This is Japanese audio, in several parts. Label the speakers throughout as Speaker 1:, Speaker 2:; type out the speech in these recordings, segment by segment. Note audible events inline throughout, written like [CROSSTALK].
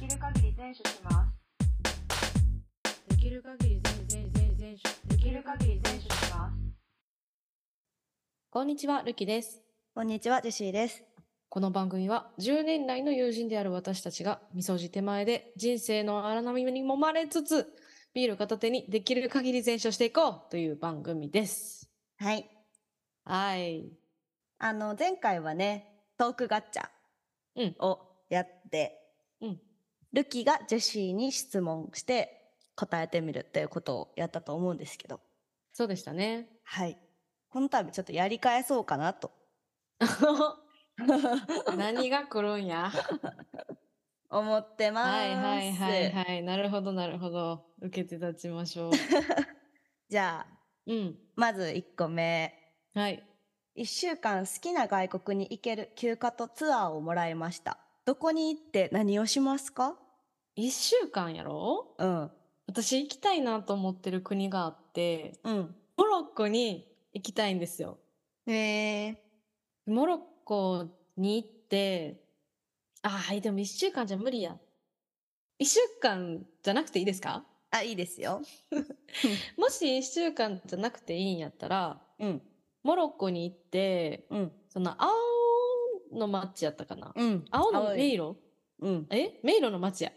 Speaker 1: 全種します
Speaker 2: できる限り全全全全
Speaker 1: できる限り全種します
Speaker 2: こんにちは、ルキです。
Speaker 3: こんにちは、ジェシーです。
Speaker 2: この番組は10年来の友人である私たちが、みそじ手前で人生の荒波に揉まれつつ、ビール片手にできる限り全勝していこうという番組です。
Speaker 3: はい。
Speaker 2: はい。
Speaker 3: あの、前回はね、トークガッチ
Speaker 2: うん
Speaker 3: ャをやって、
Speaker 2: うん
Speaker 3: ルキがジェシーに質問して答えてみるっていうことをやったと思うんですけど、
Speaker 2: そうでしたね。
Speaker 3: はい。この度ちょっとやり返そうかなと
Speaker 2: 何が来るんや。
Speaker 3: 思ってます。
Speaker 2: はいはいはいはい。なるほどなるほど。受けて立ちましょう。
Speaker 3: じゃあ、
Speaker 2: うん。
Speaker 3: まず1個目。
Speaker 2: はい。
Speaker 3: 1週間好きな外国に行ける休暇とツアーをもらいました。どこに行って何をしますか
Speaker 2: 1週間やろ
Speaker 3: うん。
Speaker 2: 私行きたいなと思ってる国があって、
Speaker 3: うん。
Speaker 2: モロッコに行きたいんですよ。
Speaker 3: えー、
Speaker 2: モロッコに行って、ああ、でも1週間じゃ無理や。1週間じゃなくていいですか
Speaker 3: あ、いいですよ。
Speaker 2: もし1週間じゃなくていいんやったら、
Speaker 3: うん。
Speaker 2: モロッコに行って、
Speaker 3: うん。
Speaker 2: その青の町やったかな
Speaker 3: うん。
Speaker 2: 青の
Speaker 3: い
Speaker 2: 迷路
Speaker 3: うん。
Speaker 2: え迷路の町や。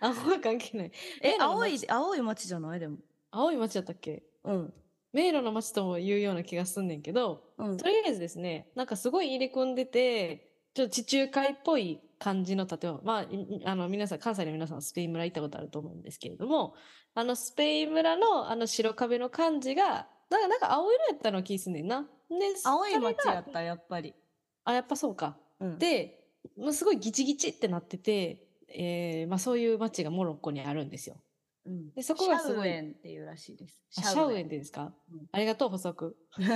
Speaker 2: 青は関係ない。迷
Speaker 3: え、
Speaker 2: 路の
Speaker 3: 青い
Speaker 2: 町、
Speaker 3: 青い街じゃないでも。
Speaker 2: 青い町やったっけ
Speaker 3: うん。
Speaker 2: 迷路の町とも言うような気がすんねんけど、
Speaker 3: うん
Speaker 2: と。りあえずですね、なんかすごい入り組んでて、ちょっと地中海っぽい感じの建物。まあ、いいあの、皆さん、関西の皆さん、スペイン村行ったことあると思うんですけれども、あの、スペイン村のあの白壁の感じが、なんか、なんか青色やったの気すんねんな。で、
Speaker 3: 青い街
Speaker 2: それ
Speaker 3: や
Speaker 2: が
Speaker 3: った、やっぱり。
Speaker 2: あ、やっぱそうか。
Speaker 3: うん。、
Speaker 2: で、もうすごいギチギチってなってて、えー、まあそういう街がモロッコにあるんですよ。
Speaker 3: うん、
Speaker 2: でそこが
Speaker 3: シ
Speaker 2: す
Speaker 3: ャ
Speaker 2: ご
Speaker 3: ウ
Speaker 2: い
Speaker 3: エンっていうらしいです。
Speaker 2: あシャウエンでですか、
Speaker 3: うん
Speaker 2: ありがとう、補足。
Speaker 3: ン。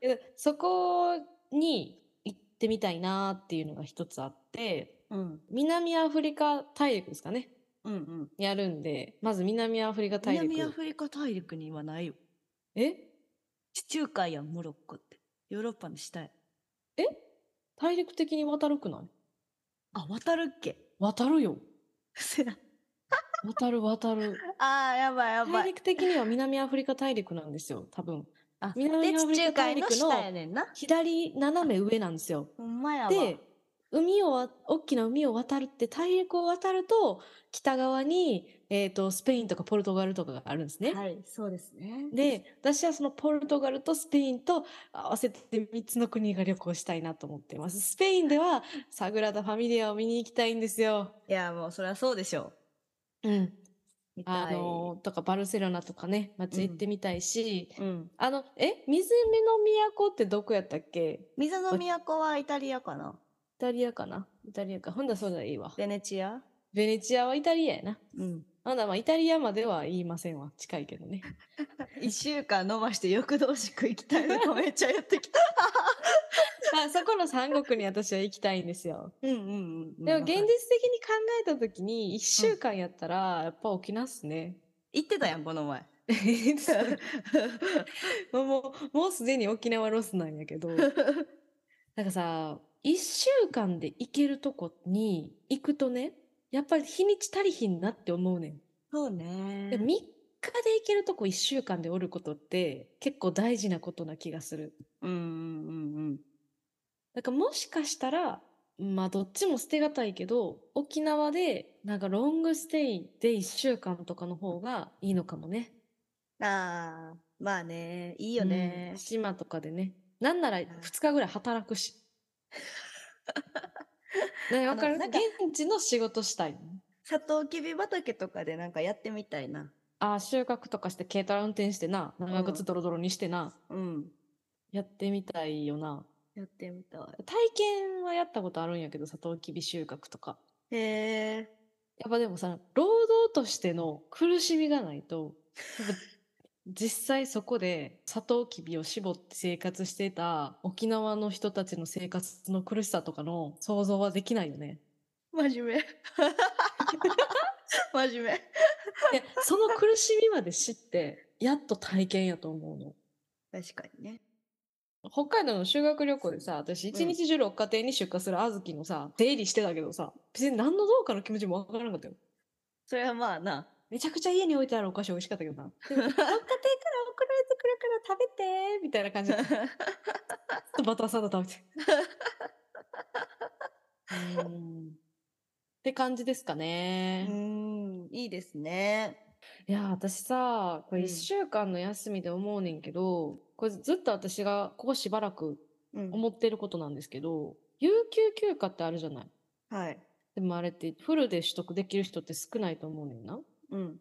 Speaker 2: でそこに行ってみたいなっていうのが一つあって、
Speaker 3: [LAUGHS] うん。
Speaker 2: 南アフリカ大陸ですかね
Speaker 3: うんうん。
Speaker 2: にあるんで、まず南アフリカ大陸。
Speaker 3: 南アフリカ大陸にはないよ。
Speaker 2: え
Speaker 3: 地中海やんモロッコって。ヨーロッパの下や。
Speaker 2: 大陸的に渡るくない
Speaker 3: あ、渡るっけ [LAUGHS]
Speaker 2: 渡るよ。
Speaker 3: せや
Speaker 2: 渡る渡る。
Speaker 3: あー、やばいやば
Speaker 2: 大
Speaker 3: い。
Speaker 2: 陸的には南アフリカ大陸なんですよ、多分。
Speaker 3: あで、
Speaker 2: 南アフ
Speaker 3: 地
Speaker 2: リカ
Speaker 3: 中
Speaker 2: 大
Speaker 3: 海
Speaker 2: 陸
Speaker 3: の
Speaker 2: の
Speaker 3: 下やねんな。
Speaker 2: 左斜め上なんですよ。
Speaker 3: ほんまやわ。
Speaker 2: で、海をわ、大きな海を渡るって、大陸を渡ると、北側に、えっ、と、スペインとかポルトガルとかがあるんですね。
Speaker 3: はい、そうですね。
Speaker 2: で、私はそのポルトガルとスペインと合わせて3つの国が旅行したいなと思ってます。スペインではサグラダ・ファミリアを見に行きたいんですよ。
Speaker 3: いや、もうそりゃそうでしょ
Speaker 2: うん。
Speaker 3: う。
Speaker 2: あの、とかバルセロナとかね、街行ってみたいし、
Speaker 3: 痛い、うん。
Speaker 2: あの、え、水辺の都ってどこやったっけ
Speaker 3: 水の都はイタリアかな
Speaker 2: イタリアかなイタリアか。ほんだらそうだいいわ。
Speaker 3: ベネチア
Speaker 2: ベネチアはイタリアやな。
Speaker 3: うん。
Speaker 2: ほんだらまあイタリアまでは言いませんわ。近いけどね。
Speaker 3: 一週間伸ばして欲同しく行きた [LAUGHS] いのめっちゃやってきた。
Speaker 2: まあそこの三国に私は行きたいんですよ。
Speaker 3: [LAUGHS] うんうんうん。
Speaker 2: でも現実的に
Speaker 3: わか
Speaker 2: 考
Speaker 3: る
Speaker 2: えた時に1週間やったらやっぱ沖縄っすね。
Speaker 3: [LAUGHS] 行ってたやん、この前。
Speaker 2: もうもうもうすでに沖縄ロスなんやけ
Speaker 3: [LAUGHS]
Speaker 2: どなんかさ1週間で行けるとこに行くとねやっぱり日にち足りひんなって思うねん。
Speaker 3: [LAUGHS] そうね
Speaker 2: で3日で行けるとこ1週間でおることって結構大事なことな気がする。
Speaker 3: うんうんうん
Speaker 2: なんかもしかしたら、まあどっちも捨てがたいけど、沖縄でなんかロングステイで1週間とかの方がいいのかもね。
Speaker 3: うん。ああ、まあね、いい
Speaker 2: い
Speaker 3: よね。
Speaker 2: 島とかでね。なんなら2日ぐらい働くし。なん
Speaker 3: [LAUGHS]
Speaker 2: かわか
Speaker 3: あ
Speaker 2: る
Speaker 3: のなんか
Speaker 2: 現地の仕事したいの。
Speaker 3: サトウキビ畑とかでなんかやってみたいな。
Speaker 2: ああ、収穫とかして軽トラ運転してな。長
Speaker 3: う
Speaker 2: 靴
Speaker 3: ん
Speaker 2: ドロドロにしてな。
Speaker 3: うん。
Speaker 2: やってみたいよな。
Speaker 3: やってみたい。
Speaker 2: 体験はやったことあるんやけど、サトウキビ収穫とか。
Speaker 3: へえ。
Speaker 2: やっぱでもさ、労働としての苦しみがないと、やっぱ実際そこでサトウキビを絞って生活してた沖縄の人たちの生活の苦しさとかの想像はできないよね。
Speaker 3: 真面目。 [LAUGHS] 真面目。
Speaker 2: で、その苦しみまで知って、やっと体験やと思うの。
Speaker 3: 確かにね。
Speaker 2: 北海道の修学旅行でさ、私一日中六家庭に出荷する小豆のさ、出入りしてたけどさ、別に何のどうかの気持ちもわからなかったよ。
Speaker 3: それはまあな。
Speaker 2: めちゃくちゃ家に置いてあるお菓子美味しかったけどな。でも六家庭から送られてくるから食べてみたいな感
Speaker 3: [LAUGHS]
Speaker 2: じで、ちょっとバターサンド食べて。
Speaker 3: [LAUGHS]
Speaker 2: うーんって感じですか
Speaker 3: [LAUGHS] う
Speaker 2: ね。
Speaker 3: ん、いいですね。
Speaker 2: いや、私さ、これ
Speaker 3: うん
Speaker 2: 1週間の休みで思うねんけど、これずっと私がここしばらく
Speaker 3: うん
Speaker 2: 思ってることなんですけど、有給休暇ってあるじゃない。
Speaker 3: はい。
Speaker 2: でもあれってフルで取得できる人って少ないと思うねんな。
Speaker 3: うん、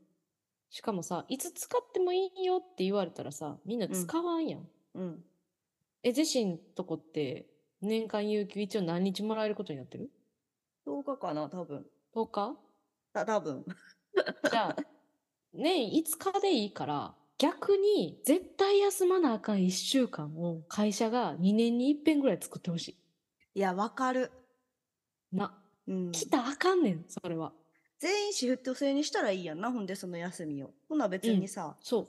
Speaker 2: しかもさ、いつ使ってもいいよって言われたらさ、みんな使わんやん。
Speaker 3: うん。
Speaker 2: え、ジェシーんとこって年間有給一応何日もらえることになってる
Speaker 3: 10日かな、多分。
Speaker 2: ?10 日
Speaker 3: た多分。
Speaker 2: じ [LAUGHS] ゃあ、年5日でいいから、逆に絶対休まなあかん1週間を会社が2年に1遍ぐらい作ってほし
Speaker 3: いや、わかる。
Speaker 2: い。な、
Speaker 3: うん。
Speaker 2: 来たらあかんねん、それは。
Speaker 3: 全員シフト制にしたらいいやんな、ほんでその休みを。ほな別
Speaker 2: うん
Speaker 3: にさ、
Speaker 2: そう。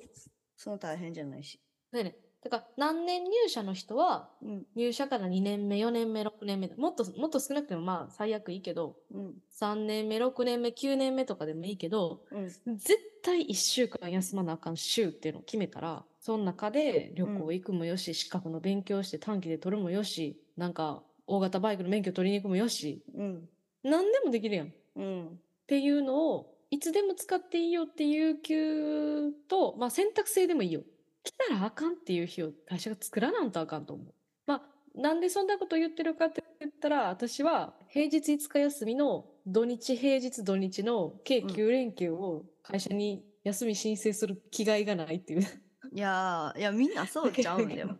Speaker 3: その大変じゃないし。
Speaker 2: だよね。だから何年入社の人は
Speaker 3: うん、
Speaker 2: 入社から2年目、4年目、6年目、もっと、もっと少なくてもまあ最悪いいけど、
Speaker 3: うん、
Speaker 2: 3年目、6年目、9年目とかでもいいけど、
Speaker 3: うん。
Speaker 2: 絶対1週間休まなあかん週っていうのを決めたらその中で旅行行くもよし、資格の勉強して短期で取るもよしなんか大型バイクの免許取りに行くもよし
Speaker 3: うん。
Speaker 2: 何でもできるやんっ
Speaker 3: うん。
Speaker 2: ていうのをいつでも使っていいよっていう給と、まあ、選択制でもいいよ来たらあかんっていう日を会社が作らなんとあかんと思う。まあ、なんでそんなこと言ってるかって言ったら私は平日5日休みの土日平日土日の計
Speaker 3: うん
Speaker 2: 9連休を会社に休み申請する気概がないっていう [LAUGHS]
Speaker 3: いやー、いや、みんなそうちゃうんだよ。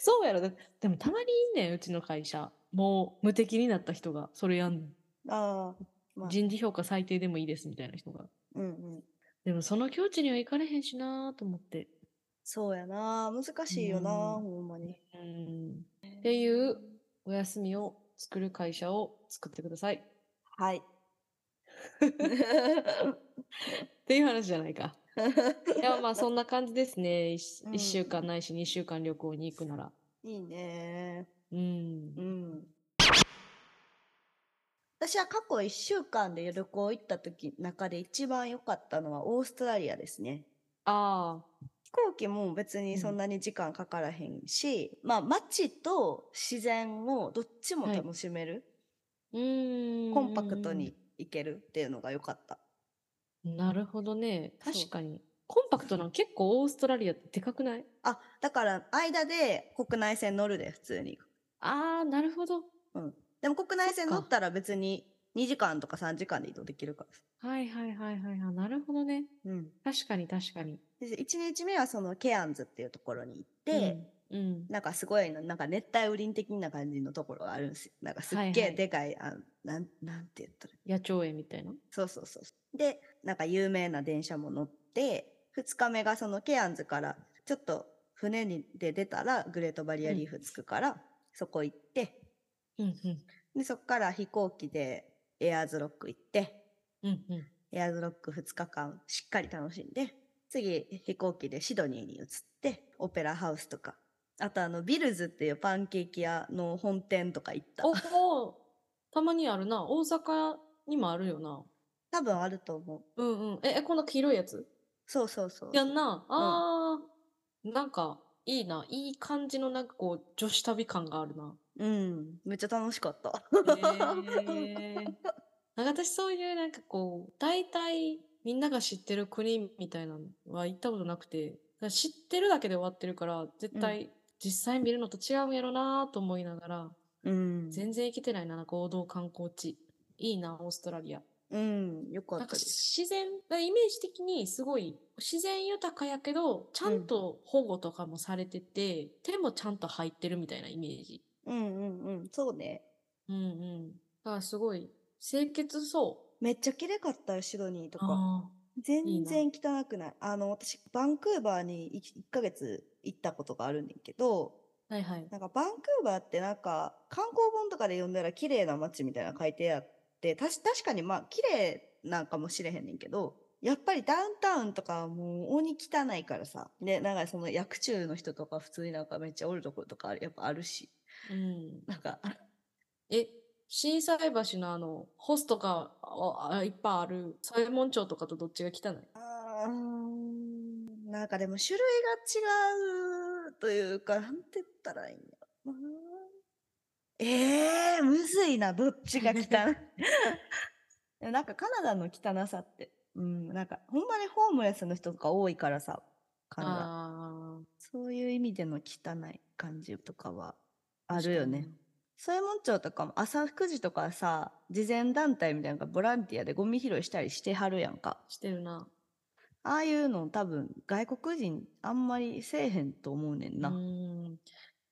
Speaker 2: そうやろだでもたまにいんねんうちの会社もう無敵になった人がそれやんねん
Speaker 3: [LAUGHS] ああ、まあ、
Speaker 2: 人事評価最低でもいいですみたいな人が
Speaker 3: うんうん。
Speaker 2: でもその境地には行かれへんしなーと思って
Speaker 3: そうやな、難しいよな、
Speaker 2: うん
Speaker 3: ほんまに。
Speaker 2: うんっていうお休みを作る会社を作ってくださいっ
Speaker 3: [LAUGHS] はい。
Speaker 2: ていう話じゃないかい [LAUGHS] やまあそんな感じですね。一
Speaker 3: うん
Speaker 2: 一週間ないし二週間旅行に行くなら。
Speaker 3: いいね
Speaker 2: うん
Speaker 3: う。ん。私は過去1週間で旅行行った時中で一番良かったのはオーストラリアですね。
Speaker 2: ああ。
Speaker 3: 飛行機も別にそんなに時間かからへんし、まあ街と自然をどっちも
Speaker 2: はい
Speaker 3: 楽しめる、
Speaker 2: うん。
Speaker 3: コンパクトに。行けるっていうのが良かった。
Speaker 2: なるほどね。
Speaker 3: そう
Speaker 2: 確かに。コンパクトなの結構オーストラリアってでかくない
Speaker 3: あ、だから間で国内線乗るで普通に。
Speaker 2: ああ、なるほど。
Speaker 3: でも国内線
Speaker 2: そっか
Speaker 3: 乗ったら別に2時間とか3時間で移動できるか
Speaker 2: はいはいはいはいはい。なるほどね。
Speaker 3: ら。うん。
Speaker 2: 確かに確かに。
Speaker 3: で1日目はそのケアンズっていうところに行って、
Speaker 2: うん、うん。
Speaker 3: なんかすごいの、なんか熱帯雨林的な感じのところがあるんですよ。なんかすっげ
Speaker 2: はいは
Speaker 3: え
Speaker 2: い
Speaker 3: でかい、あのなん、なんて言ったらいい。
Speaker 2: 野鳥園みたいな。
Speaker 3: そうそうそうそう。で、なんか有名な電車も乗って、2日目がそのケアンズから、ちょっと船にで出たらグレートバリアリーフ着くから、そこ行って、
Speaker 2: うんうん。
Speaker 3: で、そこから飛行機でエアーズロック行って、
Speaker 2: うんうん。
Speaker 3: エアーズロック2日間しっかり楽しんで、次飛行機でシドニーに移って、オペラハウスとか、あとあの、ビルズっていうパンケーキ屋の本店とか行った。
Speaker 2: [LAUGHS] おお。たまにあるな。大阪にもあるよな。
Speaker 3: 多分あると思う。
Speaker 2: うんうん。え、えこんな黄色いやつ
Speaker 3: そうそうそう。
Speaker 2: やんな。あー、なんか、いいな。いい感じの、なんかこう、女子旅感がある [LAUGHS] な。
Speaker 3: うん。めっちゃ楽し
Speaker 2: [LAUGHS]
Speaker 3: かった。
Speaker 2: へーなんか私そういう、なんかこう、大体、みんなが知ってる国みたいなのは行ったことなくて、だから知ってるだけで終わってるから、絶対、実際見るのと違うんやろなと思いながら、
Speaker 3: うん。
Speaker 2: 全然行けてないな、合同観光地。いいな、オーストラリア。
Speaker 3: うん。よか
Speaker 2: な
Speaker 3: っ
Speaker 2: んか
Speaker 3: たです。
Speaker 2: 自然がイメージ的にすごい自然豊かやけどちゃんと保護とかもされてて、手もちゃんと入ってるみたいなイメージ。
Speaker 3: うんうんうん。そうね。
Speaker 2: うんうん。だからすごい清潔そ
Speaker 3: めっちゃ綺麗かったよ、シドニーと
Speaker 2: う。
Speaker 3: か。
Speaker 2: あいい
Speaker 3: 全
Speaker 2: な
Speaker 3: 然汚くない。あの、私、バンクーバーに1ヶ月行ったことがあるんだけど、
Speaker 2: ーはいはい。
Speaker 3: なんかバンクーバーってなんか観光本とかで読んだら綺麗な街みたいなの書いてあって、たし確かにまあ綺麗なんかもしれへんねんけど、やっぱりダウンタウンとかはもう鬼汚いからさ。で、なんかその薬中の人とか普通になんかめっちゃおるところとかあるやっぱあるし。
Speaker 2: うん。
Speaker 3: なんか、
Speaker 2: え、心斎橋のあの、ホストがああいっぱいある、左衛門町とかとどっちが汚い
Speaker 3: あーなんかでも種類が違うというか、なんて言ったらいいんだろうな。ええー、むずいな、どっちが汚い。 [LAUGHS] でもなんかカナダの汚さって、うん、なんかほんまにホームレスの人とか多いからさ、カナダ。
Speaker 2: あ
Speaker 3: そういう意味での汚い感じとかは
Speaker 2: あ
Speaker 3: あるよね。。そういうもんちょとかも朝9時とかさ、慈善団体みたいなのがボランティアでゴミ拾いしたりしてはるやんか。
Speaker 2: してるな。
Speaker 3: ああいうの多分外国人あんまりせえへんと思うねんな。
Speaker 2: うん。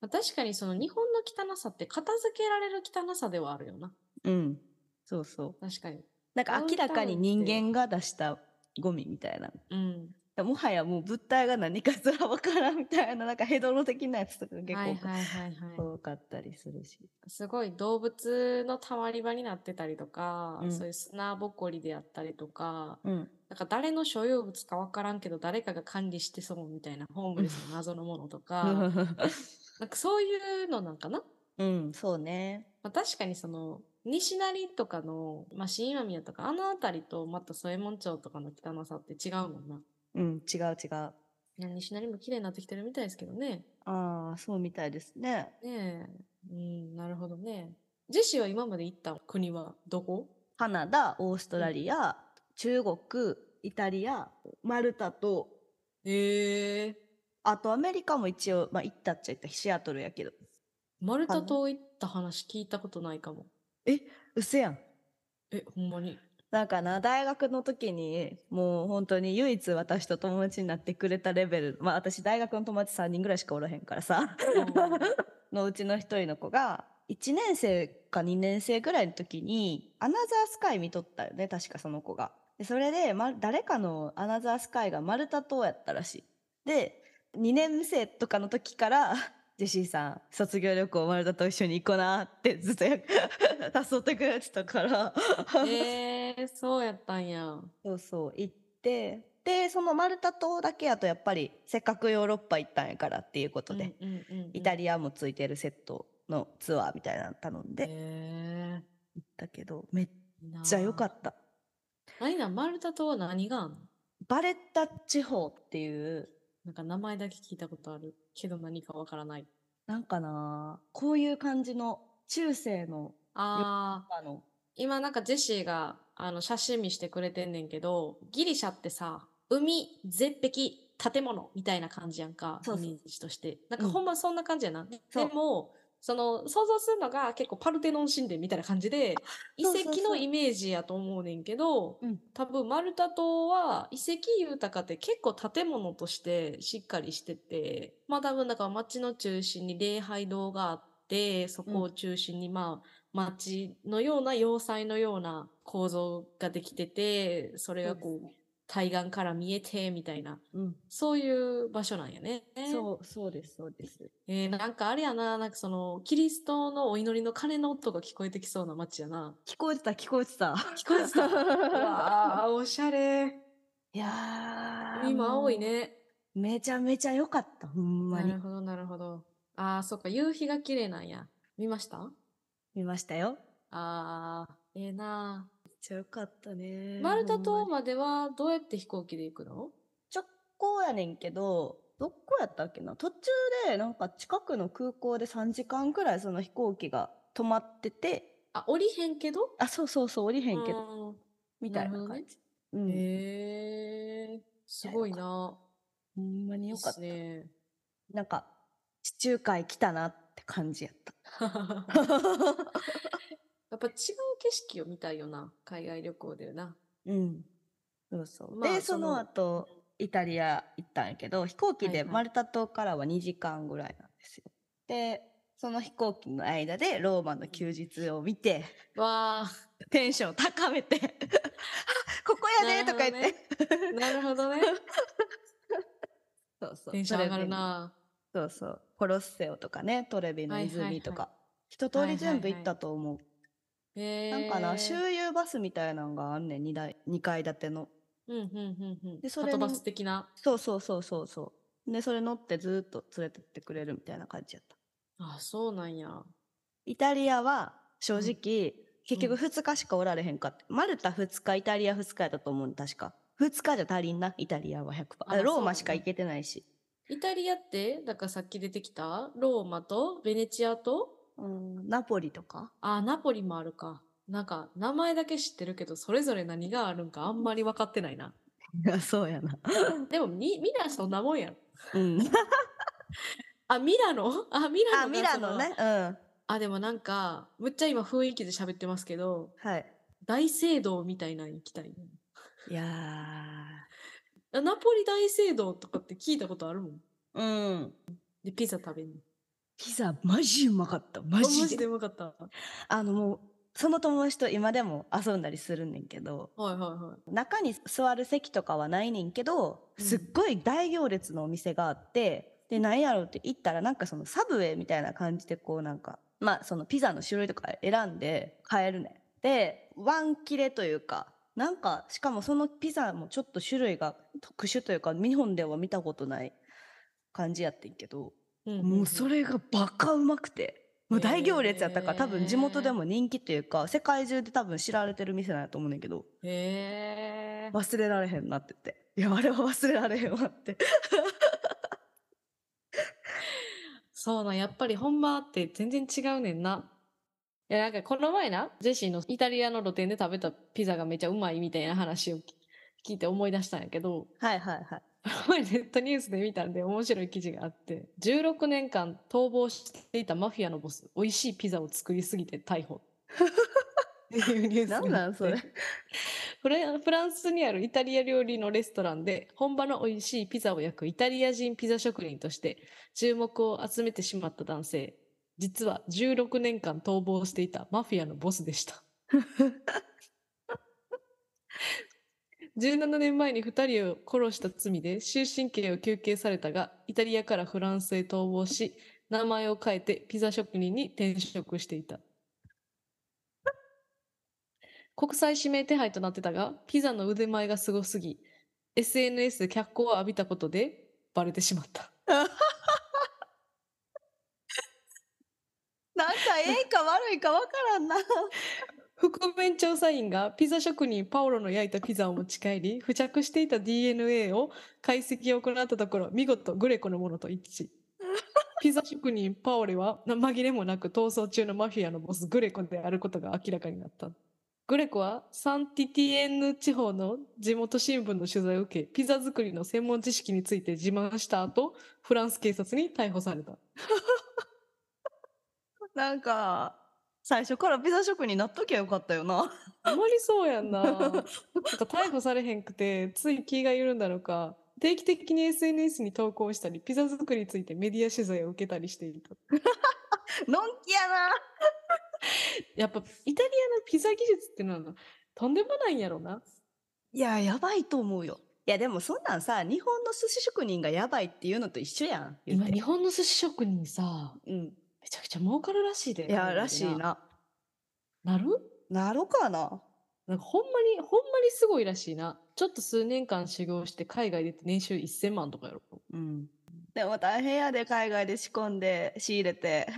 Speaker 2: まあ確かにその日本の汚さって片付けられる汚さではあるよな。
Speaker 3: うん。そうそう。
Speaker 2: 確かに。
Speaker 3: なんか明ら
Speaker 2: ダウンタウ
Speaker 3: かに
Speaker 2: ン
Speaker 3: 人
Speaker 2: って
Speaker 3: 間が出したゴミみたい
Speaker 2: うん。
Speaker 3: な。もはやもう物体が何かすらわからんみたいな、なんかヘドロ的なやつとか結
Speaker 2: はい
Speaker 3: 構
Speaker 2: はいはいは
Speaker 3: 多かったりするし。
Speaker 2: い。すごい動物のたまり場になってたりとか、
Speaker 3: うん
Speaker 2: そういう砂ぼこりであったりとか、
Speaker 3: うん。
Speaker 2: なんか誰の所有物かわからんけど誰かが管理してそうみたいなホームレスの謎のものとか、なんかそういうのなんかな、
Speaker 3: [LAUGHS] うん、そうね。
Speaker 2: まあ、確かにその西成とかの、まあ、新今宮とかあの辺りとまた添右衛門町とかの汚さって違うもんな。
Speaker 3: うん、違う違う。あ
Speaker 2: いや西成も綺麗になってきてるみたいですけどね。
Speaker 3: あ、そうみたいですね。
Speaker 2: ねえ。うん、なるほどね。ジェシーは今まで行った国はどこ
Speaker 3: カナダ、オーストラリア、中国、イタリア、マルタと、
Speaker 2: ええ
Speaker 3: あとアメリカも一応、まあ行ったっちゃ行った、シアトルやけど。
Speaker 2: マル
Speaker 3: あ
Speaker 2: タ
Speaker 3: の
Speaker 2: 島行った話聞いたことないかも。
Speaker 3: うせやん。
Speaker 2: え、ほんま
Speaker 3: [LAUGHS]
Speaker 2: に。
Speaker 3: なんかな、大学の時に、もう本当に唯一私と友達になってくれたレベル、まあ私大学の友達3人ぐらいしかおらへんからさ、のうちの一人の子が、1年生か2年生ぐらいの時に、アナザースカイ見とったよね、確かその子が。でそれで、ま、誰かのアナザースカイがマルタ島やったらしい。で、2年生とかの時から、 [LAUGHS] ジェシーさん、卒業旅行マルタと一緒に行こうなってずっと [LAUGHS] 誘ってくれてたから。
Speaker 2: ええそうやったんや。
Speaker 3: そうそう、行って、で、そのマルタ島だけやとやっぱり、せっかくヨーロッパ行ったんやからっていうことで、
Speaker 2: うんうんうんうん、
Speaker 3: イタリアもついてるセットのツアーみたいなの頼んで、行っ
Speaker 2: え
Speaker 3: たけど、めっ
Speaker 2: えなあ
Speaker 3: ちゃ良かった。
Speaker 2: 何なんマルタ島は何があんの
Speaker 3: バレッタ地方っていう、
Speaker 2: なんか名前だけ聞いたことあるけど何かわからない。
Speaker 3: なんかなあこういう感じの中世の、
Speaker 2: ああ、
Speaker 3: あの、
Speaker 2: 今なんかジェシーがあの写真見してくれてんねんけど、ギリシャってさ、海、絶壁、建物みたいな感じやんか、
Speaker 3: そうそう
Speaker 2: イメージとして。なんか
Speaker 3: うん
Speaker 2: ほんまそんな感じやな。で
Speaker 3: そう
Speaker 2: も、その想像するのが結構パルテノン神殿みたいな感じで、遺
Speaker 3: [LAUGHS] そうそうそう
Speaker 2: 跡のイメージやと思うねんけど、
Speaker 3: うん
Speaker 2: 多分マルタ島は遺跡豊かで結構建物としてしっかりしてて、まあ多分だから街の中心に礼拝堂があって、そこを中心にまあ街のような要塞のような構造ができてて、それがこう対岸から見えてみたいな、
Speaker 3: うん、
Speaker 2: そういう場所なんやね。
Speaker 3: そう、そうです、そうです。
Speaker 2: えー、なんかあれやな、なんかその、キリストのお祈りの鐘の音が聞こえてきそうな街やな。
Speaker 3: 聞こえてた、聞こえてた。
Speaker 2: 聞こえてた。うわあ、おしゃれ。
Speaker 3: [LAUGHS] いやー
Speaker 2: 今青い。ね。
Speaker 3: もうめちゃめちゃ良かった、ほんま
Speaker 2: な
Speaker 3: に
Speaker 2: る。ほど、なるほど。ああ、そっか、夕日が綺麗なんや。見ました
Speaker 3: 見ましたよ。
Speaker 2: ああ、ええなあ
Speaker 3: めっちゃ良かったね
Speaker 2: マルタ
Speaker 3: ほ
Speaker 2: 島
Speaker 3: んまに
Speaker 2: まではどうやって飛行機で行くの
Speaker 3: 直行やねんけどどこやったっけな途中でなんか近くの空港で3時間くらいその飛行機が止まってて
Speaker 2: あ、降りへんけど
Speaker 3: あそうそうそう降りへ
Speaker 2: へ
Speaker 3: んけどみたいな
Speaker 2: なる
Speaker 3: 感じうん、
Speaker 2: へえすごいな。
Speaker 3: ほんま
Speaker 2: い
Speaker 3: に
Speaker 2: い
Speaker 3: よ
Speaker 2: っ
Speaker 3: かっ
Speaker 2: す
Speaker 3: た
Speaker 2: ね。
Speaker 3: なんか地中海来たなって感じやっ
Speaker 2: [LAUGHS] や
Speaker 3: た
Speaker 2: っぱ違う景色を見たいよな。海外旅行でな。
Speaker 3: うんそうそう、
Speaker 2: まあ
Speaker 3: でその後イタリア行ったんやけど飛行機
Speaker 2: は
Speaker 3: で
Speaker 2: いはい
Speaker 3: マルタ島からは2時間ぐらいなんですよ、でその飛行機の間でローマの休日を見
Speaker 2: [LAUGHS]
Speaker 3: て、
Speaker 2: わあ、
Speaker 3: テンションを高めて [LAUGHS] あここやねとか言って、
Speaker 2: なるなるほどね。
Speaker 3: そうそ
Speaker 2: [LAUGHS]
Speaker 3: う
Speaker 2: テンション上がるな。
Speaker 3: トレビそうそうコロッセオとかねトレビの泉とか、
Speaker 2: はいはい
Speaker 3: 一通り全部行ったと思う、
Speaker 2: へえ
Speaker 3: なんかな周遊バスみたいなのがあんねん2台二階建ての
Speaker 2: ううんうんうんうん。
Speaker 3: でそれ
Speaker 2: はと
Speaker 3: に
Speaker 2: バス的な。
Speaker 3: そうそうそうそうそう。で、それ乗ってずーっと連れてってくれるみたいな感じやった。
Speaker 2: あ、そうなんや。
Speaker 3: イタリアは正
Speaker 2: うん
Speaker 3: 直、結局
Speaker 2: うん
Speaker 3: 2日しかおられへんかって。マルタ2日、イタリア2日やったと思うね確か。2日じゃ足りんな、イタリアは100%。
Speaker 2: あまあ
Speaker 3: ロー
Speaker 2: そうだ
Speaker 3: マ
Speaker 2: ね
Speaker 3: しか行けてないし。
Speaker 2: イタリアって、だからさっき出てきたローマとベネチアと、
Speaker 3: うん、ナポリとか
Speaker 2: あ、ナポリもあるか。なんか、名前だけ知ってるけど、それぞれ何があるんかあんまり分かってないな。
Speaker 3: いや、そうやな。
Speaker 2: でも、み、ミラそんなもんやろ。
Speaker 3: うん。
Speaker 2: あ、ミラノ [LAUGHS] あ、ミラノが
Speaker 3: あ、ミラノ
Speaker 2: そ
Speaker 3: ね
Speaker 2: の。。
Speaker 3: うん。
Speaker 2: あ、でもなんか、むっちゃ今雰囲気で喋ってますけど、
Speaker 3: はい。
Speaker 2: 大聖堂みたいなの行きたいね。
Speaker 3: いや
Speaker 2: あナポリ大聖堂とかって聞いたことあるもん。
Speaker 3: ー。うん。
Speaker 2: で、ピザ食べに。
Speaker 3: ピザ、マジうまかった。
Speaker 2: あ
Speaker 3: マ
Speaker 2: マ
Speaker 3: ジで。
Speaker 2: ジでうまかった。はい
Speaker 3: あの、もう、その友達と今でも遊んだりするんねんけど、
Speaker 2: はいはい。
Speaker 3: 中に座る席とかはないねんけど、
Speaker 2: うん
Speaker 3: すっごい大行列のお店があって、で、何やろうって行ったら、なんかそのサブウェイみたいな感じで、こうなんか、まあそのピザの種類とか選んで買えるねん。で、ワン切れというか、なんか、しかもそのピザもちょっと種類が特殊というか、日本では見たことない感じやってんけど、
Speaker 2: うんんん
Speaker 3: もうそれがバカうまくて。もう大行列やったから、
Speaker 2: へー
Speaker 3: 多分地元でも人気というか、世界中で多分知られてる店なんやと思うねんけど、
Speaker 2: へえ。
Speaker 3: 忘れられへんなって言って。いや、あれは忘れられへんわって。
Speaker 2: そうなん、やっぱりほんまって全然違うねんな。いや、なんかこの前な、ジェシーのイタリアの露店で食べたピザがめちゃうまいみたいな話を聞いて思い出したんやけど、
Speaker 3: はいはいはい。
Speaker 2: この前ネットニュースで見たんで面白い記事があって、16年間逃亡していたマフィアのボス、美味しいピザを作りすぎて逮捕。っていうニュースがあって
Speaker 3: なんなんそれ。
Speaker 2: フランフランスにあるイタリア料理のレストランで本場の美味しいピザを焼くイタリア人ピザ職人として注目を集めてしまった男性実は16年間逃亡していたマフィアのボスでした17年前に2人を殺した罪で終身刑を求刑されたがイタリアからフランスへ逃亡し名前を変えてピザ職人に転職していた [LAUGHS] 国際指名手配となってたが、ピザの腕前がすごすぎ、SNS で脚光を浴びたことでバレてしまった。
Speaker 3: なんかええか悪いかわからんな。
Speaker 2: 覆面調査員がピザ職人パオロの焼いたピザを持ち帰り、付着していた DNA を解析を行ったところ、見事グレコのものと一致。ピザ職人パオレは紛れもなく逃走中のマフィアのボスグレコであることが明らかになった。グレコはサンティティエンヌ地方の地元新聞の取材を受け、ピザ作りの専門知識について自慢した後、フランス警察に逮捕された。
Speaker 3: なんか、最初からピザ職になっときゃよかったよな。
Speaker 2: あまりそうやん [LAUGHS] な。なんか逮捕されへんくて、つい気が緩んだのか、定期的に SNS に投稿したり、ピザ作りについてメディア取材を受けたりしていた。
Speaker 3: のんきや
Speaker 2: やっぱ、イタリアのピザ技術ってのは、とんでもないんやろな。
Speaker 3: な。いや、やばいと思うよ。いや、でもそんなんさ、日本の寿司職人がやばいっていうのと一緒やん。言う
Speaker 2: 今、
Speaker 3: て
Speaker 2: 日本の寿司職人さ、
Speaker 3: うん。
Speaker 2: めちゃくちゃ儲かるらしいで。
Speaker 3: いや、らしい
Speaker 2: 海外で
Speaker 3: な。
Speaker 2: な。なる
Speaker 3: なろかな。
Speaker 2: なんかほんまに、ほんまにすごいらしいな。ちょっと数年間修行して海外出て年収1000万とかやろ。
Speaker 3: うん。でも大変やで、海外で仕込んで、仕入れて。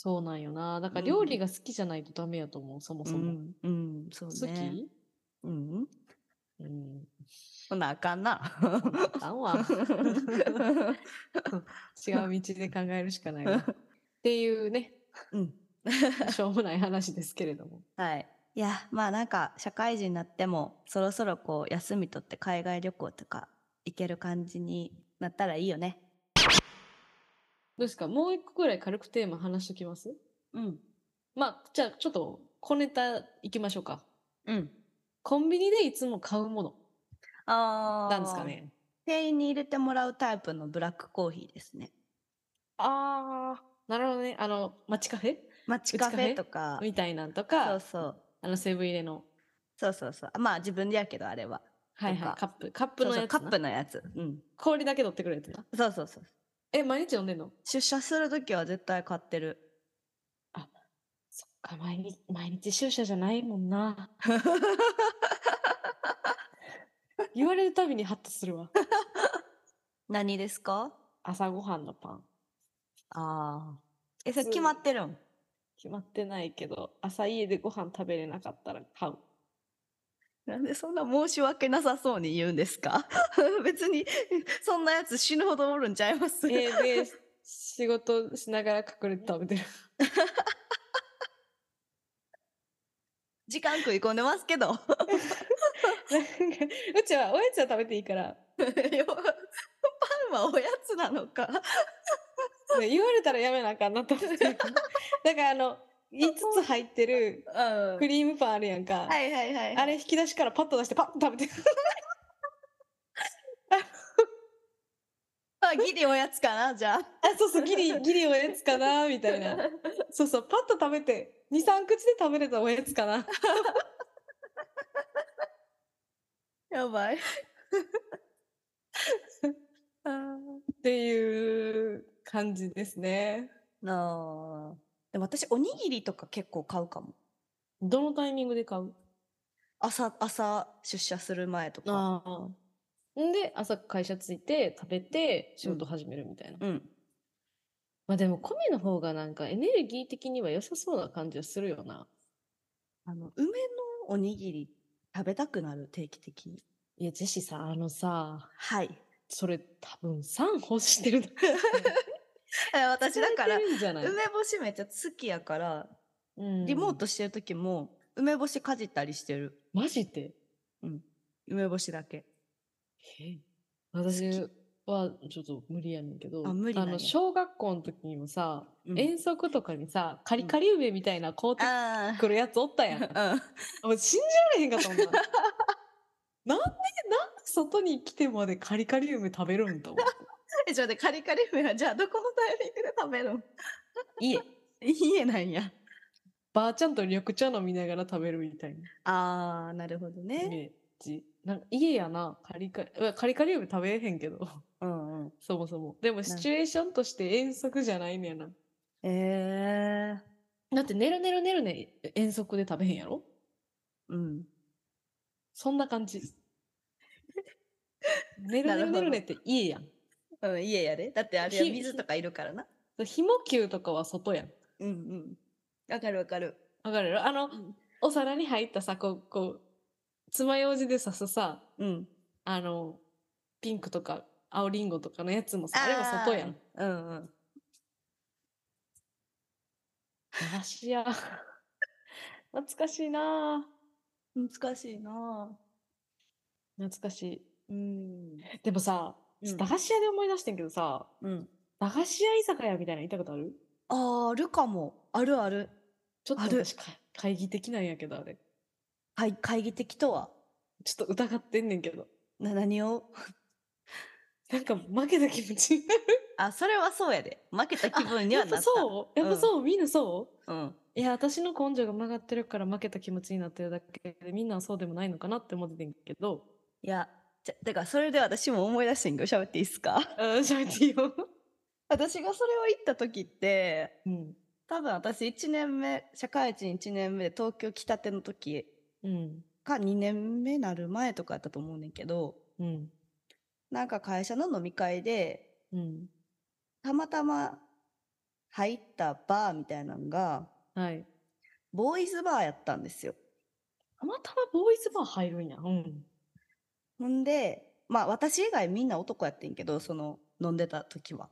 Speaker 2: そうなんよな。だから
Speaker 3: うん
Speaker 2: 料理が好きじゃないとダメやと思う、そもそも。、
Speaker 3: うん、そう
Speaker 2: 好き、
Speaker 3: ね。うん。
Speaker 2: うん。
Speaker 3: ほなあかんな。
Speaker 2: あかんわ。 [LAUGHS] 違う道で考えるしかないわ。っていう
Speaker 3: [LAUGHS]
Speaker 2: ね、
Speaker 3: [LAUGHS] うん。
Speaker 2: しょうもない話ですけれども。
Speaker 3: はい。いや、まあなんか、社会人になっても、そろそろこう、休み取って海外旅行とか行ける感じになったらいいよね。
Speaker 2: どうですかもう一個くらい軽くテーマ話しときます
Speaker 3: うん。
Speaker 2: まあ、じゃあちょっと小ネタいきましょうか。
Speaker 3: うん。
Speaker 2: コンビニでいつも買うもの
Speaker 3: あー
Speaker 2: なんですか。ね。
Speaker 3: 店員に入れてもらうタイプのブラックコーヒーですね。
Speaker 2: ああ。なるほどね。あの、街カフェ
Speaker 3: 街カフェとか、
Speaker 2: みたいなんと
Speaker 3: そう
Speaker 2: か、
Speaker 3: そう。
Speaker 2: あの、セブン入れの、
Speaker 3: そうそうそう。まあ自分でやけど、あれは。
Speaker 2: はい
Speaker 3: と
Speaker 2: は
Speaker 3: か
Speaker 2: い、カップ、カップの
Speaker 3: そうそ
Speaker 2: や
Speaker 3: う
Speaker 2: つ
Speaker 3: カ
Speaker 2: な
Speaker 3: ップのやつ。うん。
Speaker 2: 氷だけ取ってくるやつな。
Speaker 3: そうそうそう。
Speaker 2: え、毎日飲んでんの
Speaker 3: 出社するときは絶対買ってる。
Speaker 2: そっか、毎日、 [LAUGHS] 毎日就社じゃないもんな。言われるたびにハッとするわ。
Speaker 3: 何ですか
Speaker 2: 朝ごはんのパン。
Speaker 3: ああ。え、それ
Speaker 2: そう
Speaker 3: 決まってるん
Speaker 2: 決まってないけど、朝家でご飯食べれなかったら買う。
Speaker 3: なんでそんな申し訳なさそうに言うんですか [LAUGHS] 別に、そんなやつ死ぬほどおるんちゃいます、
Speaker 2: えーで、仕事しながら隠れて食べてる。
Speaker 3: 時間食い込んでますけど。 [LAUGHS]
Speaker 2: なんか [LAUGHS] うちはおやつは食べていいから、
Speaker 3: よパンはおやつなのか。
Speaker 2: ね言われたらやめなあかんなと思って。だ [LAUGHS] からあの、5つ入ってる
Speaker 3: うん。は
Speaker 2: ク
Speaker 3: い
Speaker 2: リームパンあるやんか。
Speaker 3: はいはいはい。
Speaker 2: あれ引き出しからパッと出してパッと食べてる。
Speaker 3: あギリおやつかなじゃあ。
Speaker 2: あ、そうそう、ギリ、ギリおやつかなみたいな。そうそう、パッと食べて、2、3口で食べれたおやつかな。 [LAUGHS]
Speaker 3: やばい。
Speaker 2: っていう感じですね。
Speaker 3: なあ。でも私、おにぎりとか結構買うかも。
Speaker 2: どのタイミングで買う
Speaker 3: 朝、朝出社する前とか。
Speaker 2: ああ。んで、朝会社着いて、食べて、仕事始めるみたいな。
Speaker 3: うん。
Speaker 2: まあでも、米の方がなんかエネルギー的には良さそうな感じはするよな。
Speaker 3: あの、梅のおにぎり食べたくなる、定期的に。
Speaker 2: いや、ジェシーさん、あのさ、
Speaker 3: はい。
Speaker 2: それ多分3干して [LAUGHS] る。
Speaker 3: [LAUGHS] 私だから
Speaker 2: 忘れ、てるんじゃない
Speaker 3: 梅干しめっちゃ好きやから、
Speaker 2: うん
Speaker 3: リモートしてる時も、梅干しかじったりしてる。
Speaker 2: マジで
Speaker 3: 梅干しだけ。
Speaker 2: え私はちょっと無理やねんけど
Speaker 3: あ無理なんや
Speaker 2: の小学校の時にもさ、
Speaker 3: うん
Speaker 2: 遠足とかにさカリカリ梅みたいな凍って
Speaker 3: あ
Speaker 2: くるやつおったやん、
Speaker 3: あ。うん。
Speaker 2: [LAUGHS] も
Speaker 3: [LAUGHS]
Speaker 2: う信じられへんかったもんななんで [LAUGHS] なんで外に来てまでカリカリ梅食べるんと思って
Speaker 3: え、ちょっと待ってカリカリ梅は、じゃあどこのタイミングで食べるん
Speaker 2: 家
Speaker 3: 家なんや。
Speaker 2: ばあちゃんと緑茶飲みながら食べるみたいな
Speaker 3: ああ、なるほど
Speaker 2: イ
Speaker 3: ね。
Speaker 2: メージなんか家やなカリカリうわカリカリ梅食べれへんけど [LAUGHS]
Speaker 3: うんうん。
Speaker 2: そもそもでもシチュエーションとして遠足じゃないねんやな
Speaker 3: ええ
Speaker 2: だって、ねるねるねるね、遠足で食べへんやろ
Speaker 3: うん。
Speaker 2: そんな感 [LAUGHS] じ。ねるねるねるねって家やん。
Speaker 3: うん、家やで。だってあれは
Speaker 2: ひ
Speaker 3: 水とかいるからな。
Speaker 2: ひもきゅうとかは外やん。
Speaker 3: うんうん。わかるわかる。
Speaker 2: わかるやろあの、
Speaker 3: ん
Speaker 2: お皿に入ったさ、こう、こう、爪楊枝で刺すさ、
Speaker 3: うん。
Speaker 2: あの、ピンクとか青りんごとかのやつもさ、あれは外やん。
Speaker 3: あー。うんうん。
Speaker 2: 駄菓子屋。 [LAUGHS] 懐かしいなぁ
Speaker 3: 難しいなぁ
Speaker 2: 懐かしい。
Speaker 3: うん。
Speaker 2: でもさ、
Speaker 3: うん
Speaker 2: 駄菓子屋で思い出してんけどさ、
Speaker 3: うん。
Speaker 2: 駄菓子屋居酒屋みたいなの行ったことある
Speaker 3: あーあるかも。あるある。
Speaker 2: ちょっと
Speaker 3: ある
Speaker 2: 私か会議的なんやけど、あれ。
Speaker 3: はい、会議的とは。
Speaker 2: ちょっと疑ってんねんけど。
Speaker 3: な、何を
Speaker 2: なんか負けた気持ちになる。
Speaker 3: あ、それはそうやで。負けた気分に
Speaker 2: や
Speaker 3: は
Speaker 2: っぱ
Speaker 3: なった。
Speaker 2: そうやっぱそう、みんなそう
Speaker 3: う。うん。
Speaker 2: いや、私の根性が曲がってるから負けた気持ちになってるだけで、みんなはそうでもないのかなって思っててんけど。
Speaker 3: いや、じゃ、だからそれで私も思い出してんけど、喋っていいっす [LAUGHS] か
Speaker 2: うん、喋っていいよ。
Speaker 3: 私がそれを言った時って、
Speaker 2: うん。
Speaker 3: 多分私1年目、社会人1年目で東京来たての時
Speaker 2: うん。
Speaker 3: か2年目なる前とかやったと思うねんけど、
Speaker 2: うん。
Speaker 3: なんか会社の飲み会で、
Speaker 2: うん。
Speaker 3: たまたま入ったバーみたいなのが、
Speaker 2: はい。
Speaker 3: ボーイズバーやったんですよ。
Speaker 2: たまたまボーイズバー入るんや。うん。
Speaker 3: ほんで、まあ私以外みんな男やってんけど、その飲んでた時は。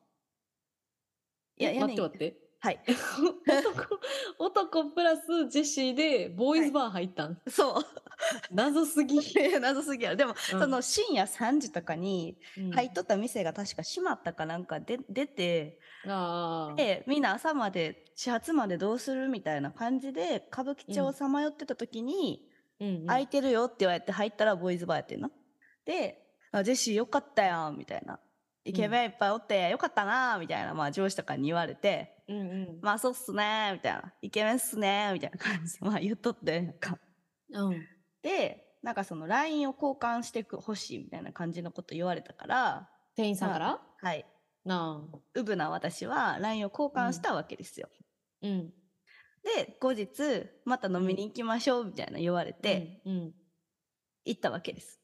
Speaker 3: いや、
Speaker 2: え
Speaker 3: や
Speaker 2: 待
Speaker 3: ね
Speaker 2: っ
Speaker 3: ん
Speaker 2: て待
Speaker 3: [LAUGHS]
Speaker 2: って。
Speaker 3: はい。
Speaker 2: 男、男プラスジェシーでボーイズバー入ったん。
Speaker 3: [LAUGHS] そう。
Speaker 2: 謎す [LAUGHS] ぎ。
Speaker 3: いや謎すぎやろ。でも、
Speaker 2: うん
Speaker 3: その深夜3時とかに
Speaker 2: うん
Speaker 3: 入っとった店が確か閉まったかなんかで出て、
Speaker 2: ああ。
Speaker 3: で、みんな朝まで、始発までどうするみたいな感じで、歌舞伎町
Speaker 2: う
Speaker 3: を
Speaker 2: ん
Speaker 3: さまよってた時に、
Speaker 2: うんうん
Speaker 3: 空いてるよって言われて入ったらボーイズバーやってんな。で、あジェシーよかったやん、みたいな。イケメンいっぱいおって、よかったな、みたいな、まあ上司とかに言われて、
Speaker 2: うんうん。
Speaker 3: まあそうっすね、みたいな。イケメンっすね、みたいな [LAUGHS] 感じで、まあ言っとって、なんか。
Speaker 2: うん。
Speaker 3: で、なんかその LINE を交換してくほしいみたいな感じのこと言われたから、
Speaker 2: 店員さんから、
Speaker 3: はい。
Speaker 2: なあ。
Speaker 3: うぶな私は LINE を交換したわけですよ。
Speaker 2: うん。
Speaker 3: で、後日、また飲みに行きましょう、みたいな言われて、
Speaker 2: うん、うん。
Speaker 3: 行ったわけです。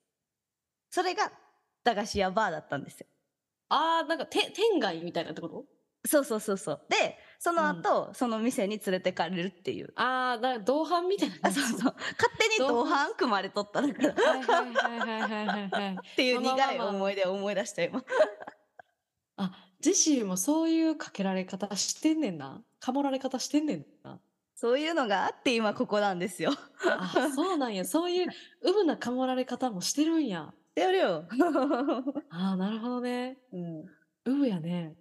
Speaker 3: それが駄菓子屋バーだったんですよ。
Speaker 2: あー、なんか、て、天外みたいなってこと
Speaker 3: そうそうそうそう。で、その後、その店に連れてかれるっていう。
Speaker 2: あー、なんか同伴みたいな
Speaker 3: あ
Speaker 2: 感じ。
Speaker 3: そうそう。勝手に同伴組まれとっただ [LAUGHS] からっ
Speaker 2: はいはいはいはいはいはいはい。
Speaker 3: ていう
Speaker 2: まあまあ
Speaker 3: 苦い
Speaker 2: まあ
Speaker 3: 思い出を思い出した今。
Speaker 2: あ、ジェシーもそういうかけられ方してんねんな。かもられ方してんねんな。
Speaker 3: そういうのがあって今ここなんですよ。
Speaker 2: あ、そうなんや。そういう、うぶなかもられ方もしてるんや。
Speaker 3: やる [LAUGHS] よ。
Speaker 2: あー、なるほどね。
Speaker 3: うん
Speaker 2: うぶやね。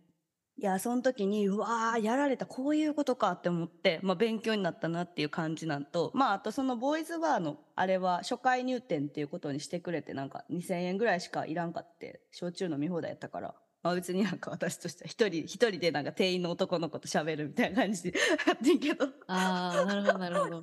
Speaker 3: いや、その時に、うわー、やられた、こういうことかって思って、まあ、勉強になったなっていう感じなんと、まあ、あとそのボーイズバーの、あれは、初回入店っていうことにしてくれて、なんか、2000円ぐらいしかいらんかって、焼酎飲み放題やったから、まあ、別になんか私としては、一人、一人でなんか店員の男の子と喋るみたいな感じでやってんけど、
Speaker 2: あー、なるほどなるほど。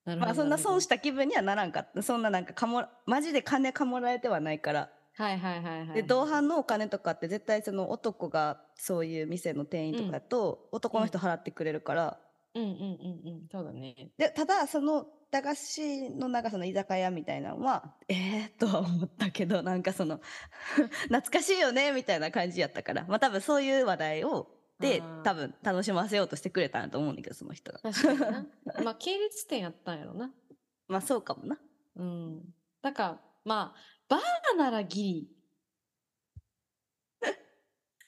Speaker 2: [LAUGHS] なるほ
Speaker 3: まあ、
Speaker 2: ど
Speaker 3: そんな損し
Speaker 2: る
Speaker 3: た気分にはならんかった。そんななんか、かも、マジで金かもらえてはないから、
Speaker 2: ほどはいはいはいはい。
Speaker 3: で同伴のお金とかって絶対その男がそういう店の店員とかだと男の人払ってくれるから、
Speaker 2: うんうんうんうん。そうだね。
Speaker 3: でただその駄菓子のなんかその居酒屋みたいなのはええー、とは思ったけどなんかその [LAUGHS] 懐かしいよねみたいな感じやったからまあ多分そういう話題をで
Speaker 2: あー
Speaker 3: 多分楽しませようとしてくれたんだと思うんだけどその人が
Speaker 2: 確かにな。まあ、系列店やったんやろな。
Speaker 3: まあそうかもな
Speaker 2: うん。だから、まあ、バーならギリ。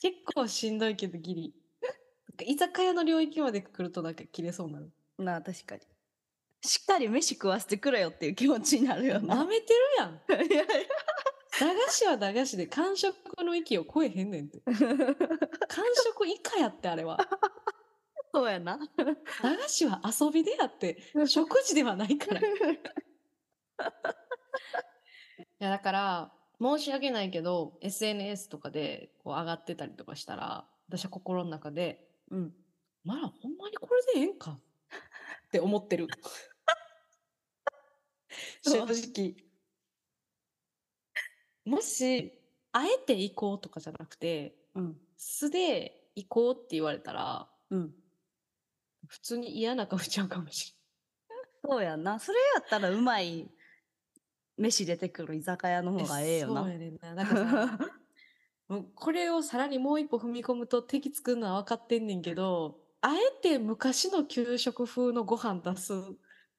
Speaker 2: 結構しんどいけどギリ。なんか居酒屋の領域まで来るとなんか切れそうになる。
Speaker 3: なあ確かにしっかり飯食わせてくれよっていう気持ちになるよ
Speaker 2: な
Speaker 3: な
Speaker 2: めてるやん。
Speaker 3: いやいや
Speaker 2: 駄菓子は駄菓子で完食の域を超えへんねんって。完食以下やってあれは。
Speaker 3: そうやな
Speaker 2: 駄菓子は遊びでやって、食事ではないから。いやだから申し訳ないけど SNS とかでこう上がってたりとかしたら私は心の中で
Speaker 3: [LAUGHS] うん
Speaker 2: 「まだほんまにこれでええんか」って思って
Speaker 3: [LAUGHS]
Speaker 2: る正直もしあえて行こうとかじゃなくて
Speaker 3: うん
Speaker 2: 素で行こうって言われたら
Speaker 3: うん
Speaker 2: 普通に嫌な顔しちゃうかもし
Speaker 3: そうやんな。それやったらうまい飯出てくる居酒屋の
Speaker 2: れ
Speaker 3: 方
Speaker 2: ん
Speaker 3: がええよ
Speaker 2: そう
Speaker 3: [LAUGHS] な。
Speaker 2: やねんななんかさもうこれをさらにもう一歩踏み込むと敵作るのは分かってんねんけどあえて昔の給食風のご飯出す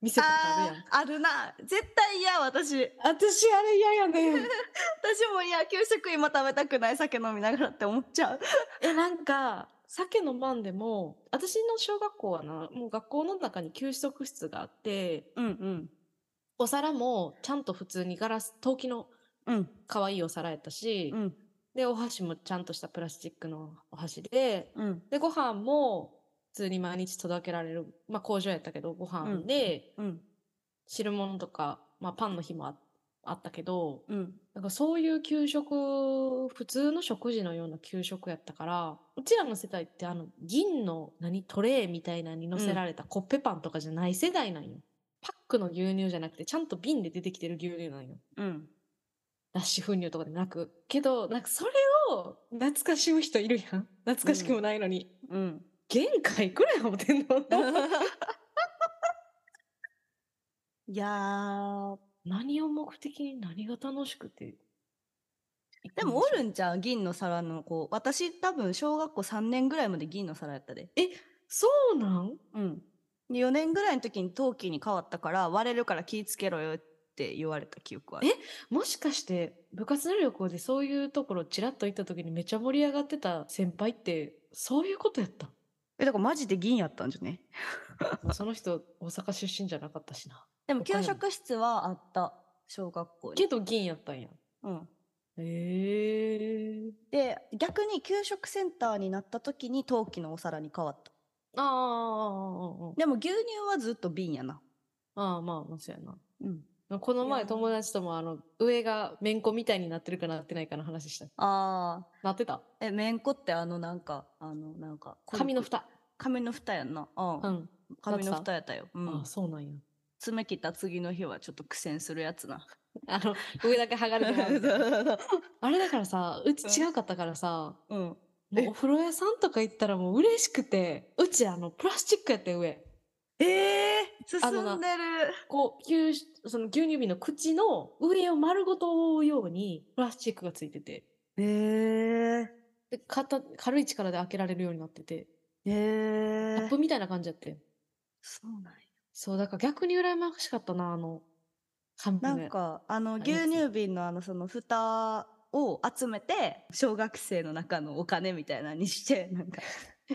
Speaker 2: 店とかあるやん
Speaker 3: あーあるな。絶対嫌、私。私
Speaker 2: 私あれ嫌やねん
Speaker 3: も嫌、給食今食べたくない酒飲みながらって思っちゃう。
Speaker 2: えなんか酒飲まんでも私の小学校はなもう学校の中に給食室があって
Speaker 3: うんうん。
Speaker 2: お皿もちゃんと普通にガラス陶器の
Speaker 3: うん。
Speaker 2: 可愛いお皿やったし、
Speaker 3: うん。
Speaker 2: でお箸もちゃんとしたプラスチックのお箸で
Speaker 3: うん。
Speaker 2: でご飯も普通に毎日届けられる、まあ、工場やったけどご飯で、
Speaker 3: うん。
Speaker 2: 汁物とか、まあ、パンの日もああったけど
Speaker 3: うん。
Speaker 2: なんかそういう給食普通の食事のような給食やったからうちらの世代ってあの銀の何トレーみたいなのに乗せられたコッペパンとかじゃない世代なんよ。パックの牛乳じゃなくてちゃんと瓶で出てきてる牛乳なんよ。
Speaker 3: うん。
Speaker 2: 脱脂粉乳とかでなく。けどなんかそれを懐かしむ人いるやん。懐かしくもないのに。
Speaker 3: うん。
Speaker 2: 限界くらいは持てんの
Speaker 3: [LAUGHS] いやー、
Speaker 2: 何を目的に何が楽しくて
Speaker 3: でもおるんちゃう銀の皿の子。私多分小学校3年ぐらいまで銀の皿やったで。
Speaker 2: そうなん
Speaker 3: うん。で4年ぐらいの時に陶器に変わったから割れるから気ぃつけろよって言われた記憶はある。
Speaker 2: もしかして部活の旅行でそういうところちらっと行った時にめちゃ盛り上がってた先輩ってそういうことやったん
Speaker 3: え、だからマジで銀やったんじゃね
Speaker 2: まあその人大阪出身じゃなかったしな
Speaker 3: でも
Speaker 2: 岡
Speaker 3: 給
Speaker 2: 山
Speaker 3: 食室はあった。小学校に。
Speaker 2: けど銀やったんや
Speaker 3: うん。
Speaker 2: へえ
Speaker 3: で、逆に給食センターになった時に陶器のお皿に変わった。
Speaker 2: あー
Speaker 3: でも牛乳はずっと瓶やな。
Speaker 2: あーまあまあそうやな
Speaker 3: うん。
Speaker 2: この
Speaker 3: いや
Speaker 2: 前
Speaker 3: ー
Speaker 2: 友達ともあの上がめんこみたいになってるかなってないかの話した
Speaker 3: あ
Speaker 2: なってた
Speaker 3: ー。え、めんこってあのなんか、あのなんか。
Speaker 2: 紙の。蓋
Speaker 3: 紙の蓋やんな。うん
Speaker 2: う。ん
Speaker 3: 紙の
Speaker 2: なって
Speaker 3: 蓋やったよ。う
Speaker 2: あ
Speaker 3: ん
Speaker 2: あ。そうなんや
Speaker 3: 爪切った次の日はちょっと苦戦するやつな。
Speaker 2: あの、上だけ剥がれて
Speaker 3: [LAUGHS]
Speaker 2: ますあれだからさ、うち
Speaker 3: う
Speaker 2: 違うかったからさ、
Speaker 3: うん。
Speaker 2: もう
Speaker 3: え
Speaker 2: お風呂屋さんとか行ったらもう嬉しくて、うちあの、プラスチックやって上。
Speaker 3: ええ
Speaker 2: あのな
Speaker 3: 進んでる。
Speaker 2: こう、牛その牛乳瓶の口の上を丸ごと覆うようにプラスチックがついてて、
Speaker 3: え
Speaker 2: で肩軽い力で開けられるようになってて、
Speaker 3: ええ
Speaker 2: タッ
Speaker 3: え
Speaker 2: プみたいな感じやって。
Speaker 3: そうなんや
Speaker 2: そう、だから逆に羨ましかったな、あの、缶
Speaker 3: な
Speaker 2: 詰。
Speaker 3: んか、あの、
Speaker 2: ありがと
Speaker 3: 牛
Speaker 2: う
Speaker 3: 乳瓶のあの、その蓋を集めて、小学生の中のお金みたいなの
Speaker 2: [LAUGHS]
Speaker 3: にして、なんか、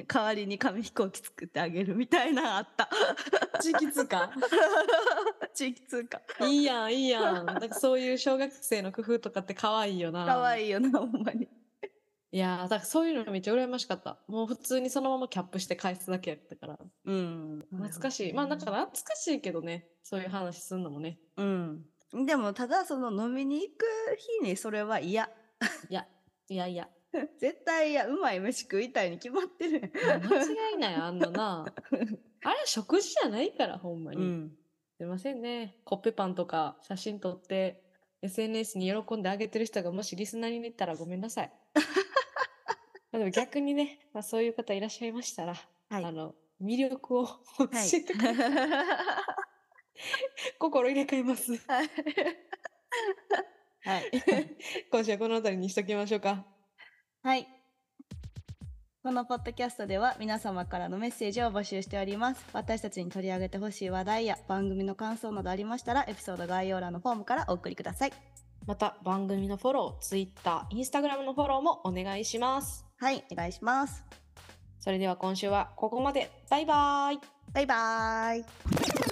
Speaker 3: 代わりに紙飛行機作ってあげるみたいなのあ
Speaker 2: [LAUGHS]
Speaker 3: った。
Speaker 2: [LAUGHS] 地域通貨
Speaker 3: 地域通貨。
Speaker 2: いいやん、いいやん。なんかそういう小学生の工夫とかって可愛いよな。
Speaker 3: かわ
Speaker 2: い。
Speaker 3: いいよな、ほんまに。
Speaker 2: いやーだからそういうのめっちゃ羨ましかった。もう普通にそのままキャップして返すだけやったから。
Speaker 3: うん。
Speaker 2: 懐かしい。まあ、だから懐かしいけどね。そういう話すんのもね。
Speaker 3: うん。でも、ただ、その、飲みに行く日にそれは嫌。
Speaker 2: いや、いやいや。
Speaker 3: 絶対嫌。うまい飯食いたいに決まってるやん。
Speaker 2: 間違いない、あんなな。あれ、食事じゃないから、ほんまに。
Speaker 3: うん。
Speaker 2: すいませんね。コッペパンとか写真撮って、SNS に喜んであげてる人がもしリスナーにいたらごめんな
Speaker 3: [LAUGHS]
Speaker 2: さい。まあでも逆にね、まあ、そういう方いらっしゃいましたら、
Speaker 3: はい
Speaker 2: あの、魅力を教
Speaker 3: はい。
Speaker 2: えてくれ、
Speaker 3: [LAUGHS]
Speaker 2: 心入れ替えます。
Speaker 3: はい。はい。
Speaker 2: [LAUGHS] 今週はこの辺りにしときましょうか。
Speaker 3: [LAUGHS] はい。このポッドキャストでは皆様からのメッセージを募集しております。私たちに取り上げてほしい話題や番組の感想などありましたら、エピソード概要欄のフォームからお送りください。
Speaker 2: また番組のフォロー、Twitter、Instagram のフォローもお願いします。
Speaker 3: はい、お願いします。
Speaker 2: それでは今週はここまで。バイバイ。
Speaker 3: バイバーイ。